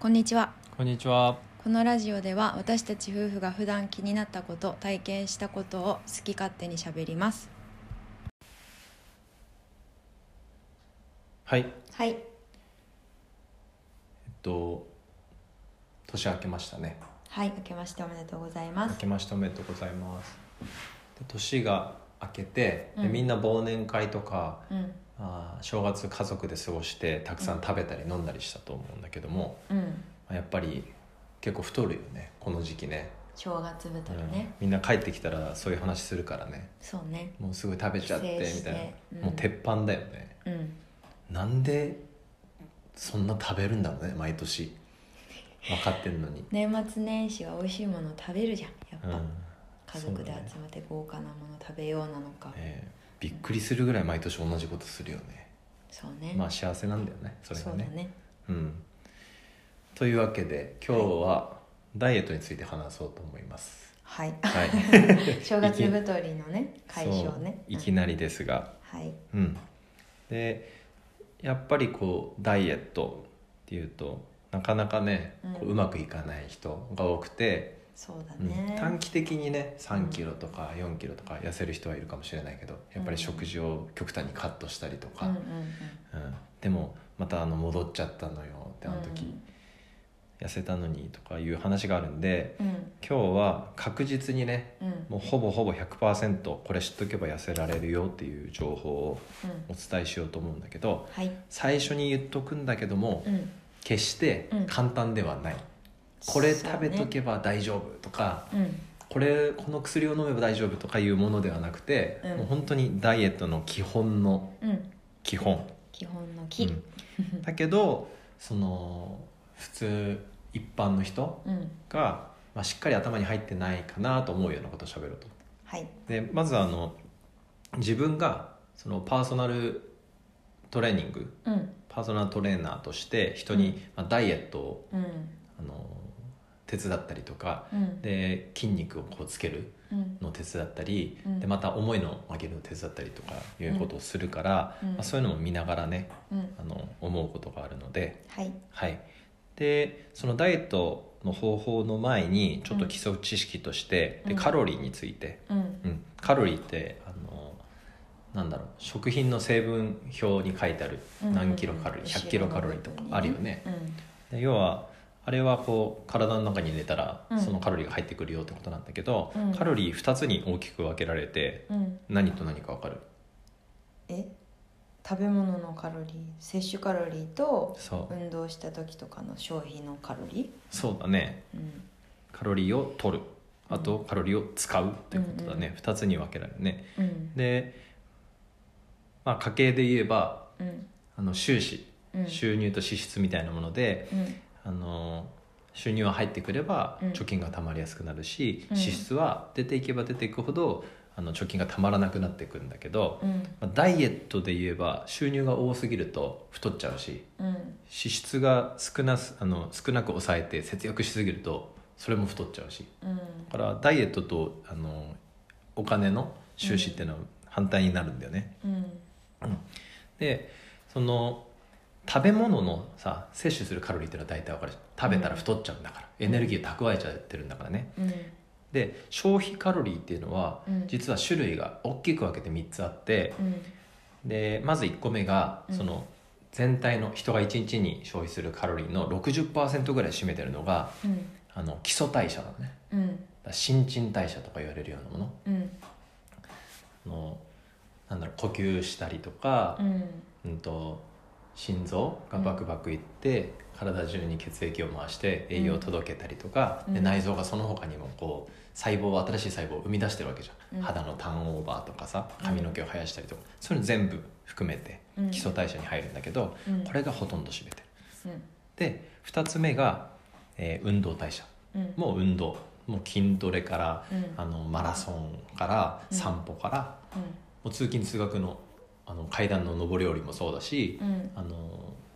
こんにちはこんにちは。このラジオでは私たち夫婦が普段気になったこと体験したことを好き勝手にしゃべりますはい。えっはいと年明けましたね。はい明けましておめでとうございま明すけましておめでとうございます。で年が明けて、でうんみんな忘年会とかうんあー正月家族で過ごしてたくさん食べたり飲んだりしたと思うんだけども、うんまあやっぱり結構太るよねこの時期ね、正月太りうんね、みんな帰ってきたらそういう話するからねそうねもうすぐ食べちゃって帰省みしてたいな、うんもう鉄板だよねうんなんでそんな食べるんだろうね毎年分かってんのに年末年始は美味しいもの食べるじゃんやっうぱ、ん家族でそうだね集まって豪華なもの食べようなのかえーびっくりするぐらい毎年同じことするよねそうね,、まあ幸せなんだよねそれがそうだねねうんというわけで今日はダイエットについて話そうと思います はいはい正月太りのね 解消ねそういきなりですがうんはいうんでやっぱりこうダイエットっていうとなかなかねこううんうまくいかない人が多くて、そうだうんね、短期的にね3キロとか4キロとか痩せる人はいるかもしれないけどやっぱり食事を極端にカットしたりとか、うんうんうんうん、でもまたあの戻っちゃったのよってあのう時、ん痩せたのにとかいう話があるんでうん今日は確実にねうんうんもうほぼほぼ100%これ知っとけば痩せられるよっていう情報をお伝えしようと思うんだけどはい最初に言っとくんだけどもうん決して簡単ではない、これ食べとけば大丈夫とか、そうねこれこの薬を飲めば大丈夫とかいうものではなくて、うんもう本当にダイエットの基本のうんうん基本基本の木うんだけどその普通一般の人うんが、まあ、しっかり頭に入ってないかなと思うようなことを喋ろうとはいでまずあの自分がそのパーソナルトレーニングうんパーソナルトレーナーとして人うんに、まあ、ダイエットをうんあの手伝ったりとかうんで筋肉をこうつけるうんのを手伝ったりうんでまた重いのを上げるのを手伝ったりとかいうことをするから、うんまあ、そういうのも見ながらねうんあの思うことがあるので、はいはい、でそのダイエットの方法の前にちょっうとん基礎知識として、うでんカロリーについて、うんうんカロリーってあのなんだろう食品の成分表に書いてある何キロカロリー、100キロカロリーとかあるよね。で要はあれはこう体の中に入れたらうんそのカロリーが入ってくるよってことなんだけど、うんカロリー2つに大きく分けられてうんうん何と何か分かるえ食べ物のカロリー摂取カロリーとそう運動した時とかの消費のカロリそうだねーうんカロリーを取るあとカロリーを使うということだね、2つに分けられるねうんで、まあ、家計で言えばうんあの収支うん収入と支出みたいなもので、うんあの収入は入ってくればうん貯金がたまりやすくなるし、うん支出は出ていけば出ていくほどあの貯金がたまらなくなっていくんだけど、うんまあダイエットで言えば収入が多すぎると太っちゃうしうん支出が少なすあの少なく抑えて節約しすぎるとそれも太っちゃうしうんだからダイエットとあのお金の収支っていうのは反対になるんだよね。うんでその食べ物のさ摂取するカロリーっていうのは大体わかるじゃん食べたら太っちゃうんだから、エネルギーを蓄えちゃってるんだからねうんで消費カロリーっていうのは、うん実は種類が大きく分けて3つあってうんでまず1個目がうんその、全体の人が1日に消費するカロリーの60%ぐらい占めてるのがうんあの基礎代謝なのねうんだから新陳代謝とか言われるようなものうんあのなんだろう呼吸したりとかう、んうんと心臓がバクバクいって、体中に血液を回して栄養を届けたりとか、うんで内臓がその他にもこう細胞を新しい細胞を生み出してるわけじゃん、うん肌のターンオーバーとかさうん髪の毛を生やしたりとか、そういうの全部含めてうん基礎代謝に入るんだけど、うんこれがほとんど占めてるうんで2つ目が、えー運動代謝うんもう運動もう筋トレからうんあのマラソンからうん散歩から、うもう通勤通学のあの階段の上り下りもそうだし、んうんあの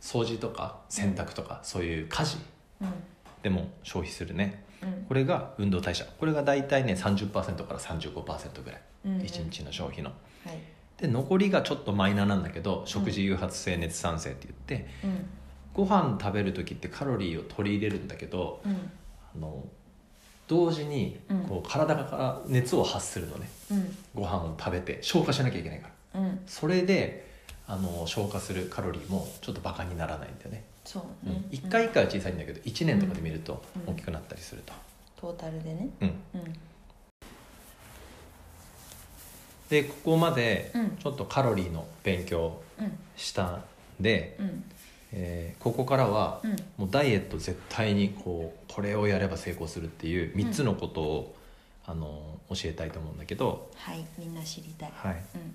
掃除とか洗濯とかそういう家事うんでも消費するねうんこれが運動代謝これが大体ね30%から35%ぐらいうん1日の消費のはいで残りがちょっとマイナーなんだけど食事誘発性熱産生って言ってうんご飯食べる時ってカロリーを取り入れるんだけどうんあの同時にうんこう体から熱を発するのねうんご飯を食べて消化しなきゃいけないからうんそれであの消化するカロリーもちょっとバカにならないんだよね、そううんね1回1回は小さいんだけど1年とかで見るとうん大きくなったりすると、トータルでねうん、うんでここまでうんちょっとカロリーの勉強をうんしたんで、うんえーここからはうんもうダイエット絶対にこうこれをやれば成功するっていう3つのことを、あの教えたいと思うんだけど、はいみんな知りたいはい、うん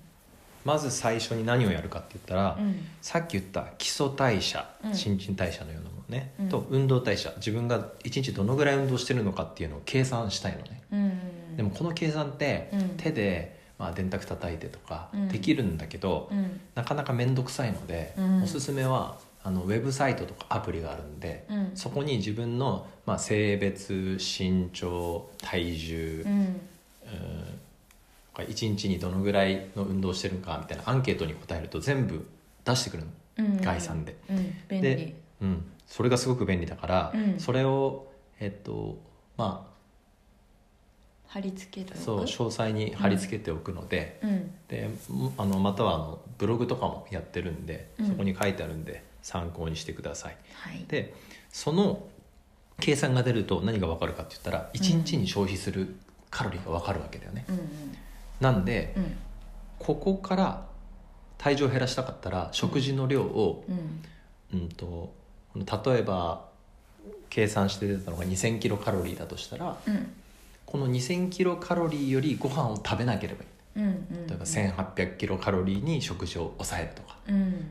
まず最初に何をやるかって言ったら、うんさっき言った基礎代謝、うん新陳代謝のようなものね、うんと運動代謝自分が一日どのぐらい運動してるのかっていうのを計算したいのね、うんでもこの計算って、うん手で、まあ、電卓叩いてとかうんできるんだけど、うんなかなか面倒くさいので、うんおすすめはあのウェブサイトとかアプリがあるんで、うんそこに自分の、まあ、性別身長体重う、んうん、1日にどのぐらいの運動してるかみたいなアンケートに答えると全部出してくるのうん概算で。うん便利でうん、それがすごく便利だから、うんそれをえっとま貼り付けあるそう詳細に貼り付けておくので,、うんでもあのまたはあのブログとかもやってるんでうんそこに書いてあるんで参考にしてください、はいでその計算が出ると何が分かるかって言ったら1日に消費するカロリーが分かるわけだよね、うんなんでうんここから体重を減らしたかったら食事の量をうんうんうんと例えば計算して出たのが2000キロカロリーだとしたらうんこの2000キロカロリーよりご飯を食べなければいいうんうん例えば1800キロカロリーに食事を抑えるとかうん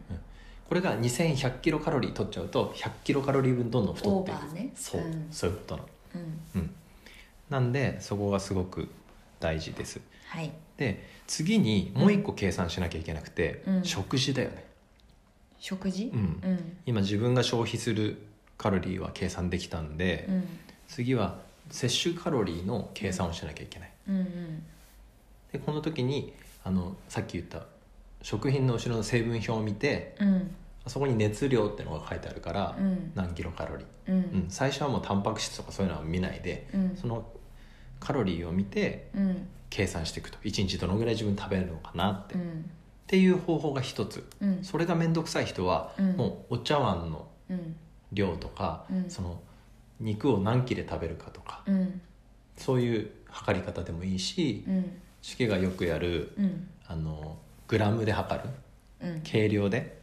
これが2100キロカロリー取っちゃうと100キロカロリー分どんどん太っていオーバーく、ねそう、うんそういうことなのうんうんなんでそこがすごく大事ですはいで次にもう一個計算しなきゃいけなくて、うん食事だよね食事うんうん今自分が消費するカロリーは計算できたんで、うん次は摂取カロリーの計算をしなきゃいけない、うんうんでこの時にあのさっき言った食品の後ろの成分表を見てうんそこに熱量ってのが書いてあるから、うん何キロカロリー、ううんん、最初はもうタンパク質とかそういうのは見ないで、うんそのカロリーを見てうん計算していくと1日どのぐらい自分食べるのかなって、うっんていう方法が一つうんそれが面倒くさい人は、うんもうお茶碗のうん量とか、うんその肉を何切れ食べるかとか、うんそういう測り方でもいいし、うんシゲがよくやるうんあのグラムで測るうん計量で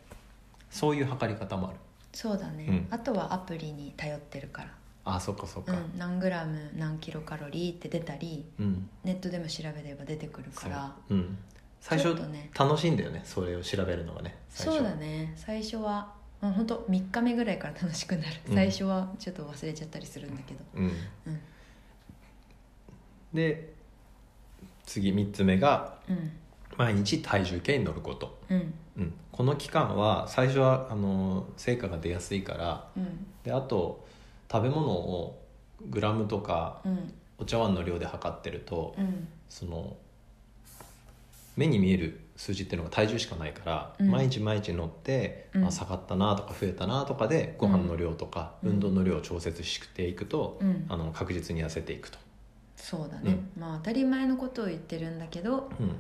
そういう測り方もあるそうだね、うんあとはアプリに頼ってるから、あそっかそっうかん、何グラム何キロカロリーって出たりうん、ネットでも調べれば出てくるそかうらうん最初ちょっとね楽しいんだよねそれを調べるのがね最そう初だね最初はうん本当3日目ぐらいから楽しくなる、うん最初はちょっと忘れちゃったりするんだけどうんうんで次3つ目がうん毎日体重計に乗ること、うんうん、この期間は最初はあの成果が出やすいからうんであと食べ物をグラムとかうんお茶碗の量で測ってるとうんその目に見える数字っていうのが体重しかないから、うん毎日毎日乗って、うんあ下がったなとか増えたなとかでご飯の量とか、うん運動の量を調節していくと、うんあの確実に痩せていくと、そうだね、まあ当たり前のことを言ってるんだけどうん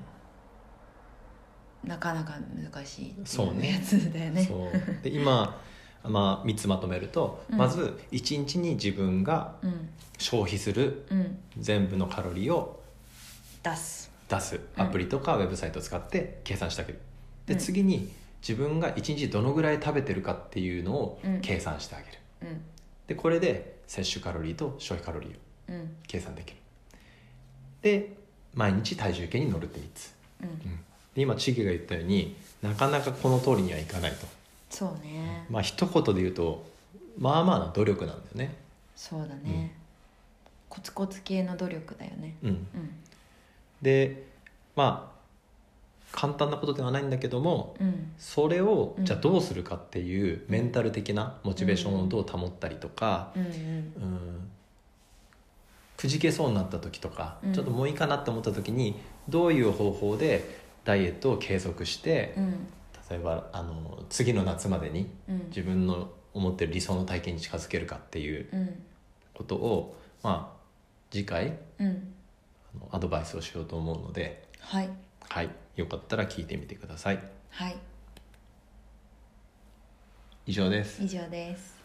なかなか難しいってそういうねやつだよねそうで今、まあ、3つまとめると、うんまず1日に自分がうん消費するうん全部のカロリーを出す出すうんアプリとかウェブサイトを使って計算してあげる、でうん次に自分が1日どのぐらい食べてるかっていうのをうん計算してあげる、うんでこれで摂取カロリーと消費カロリーをうん計算できるで毎日体重計に乗るって3つ、うんうんで今チゲが言ったようになかなかこの通りにはいかないとそうね、まあ一言で言うとまあまあな努力なんだよねそうだね、コツコツ系の努力だよねうんうんでまあ簡単なことではないんだけどもうんそれをうんじゃあどうするかっていうメンタル的なモチベーションをどう保ったりとか、うんうんうんくじけそうになった時とか、うんちょっともういいかなって思った時にどういう方法でダイエットを継続して、うん例えばあの次の夏までにうん自分の思ってる理想の体験に近づけるかっていううんことを、まあ、次回うんあのアドバイスをしようと思うので、はいはい、よかったら聞いてみてください。はい以上です。以上です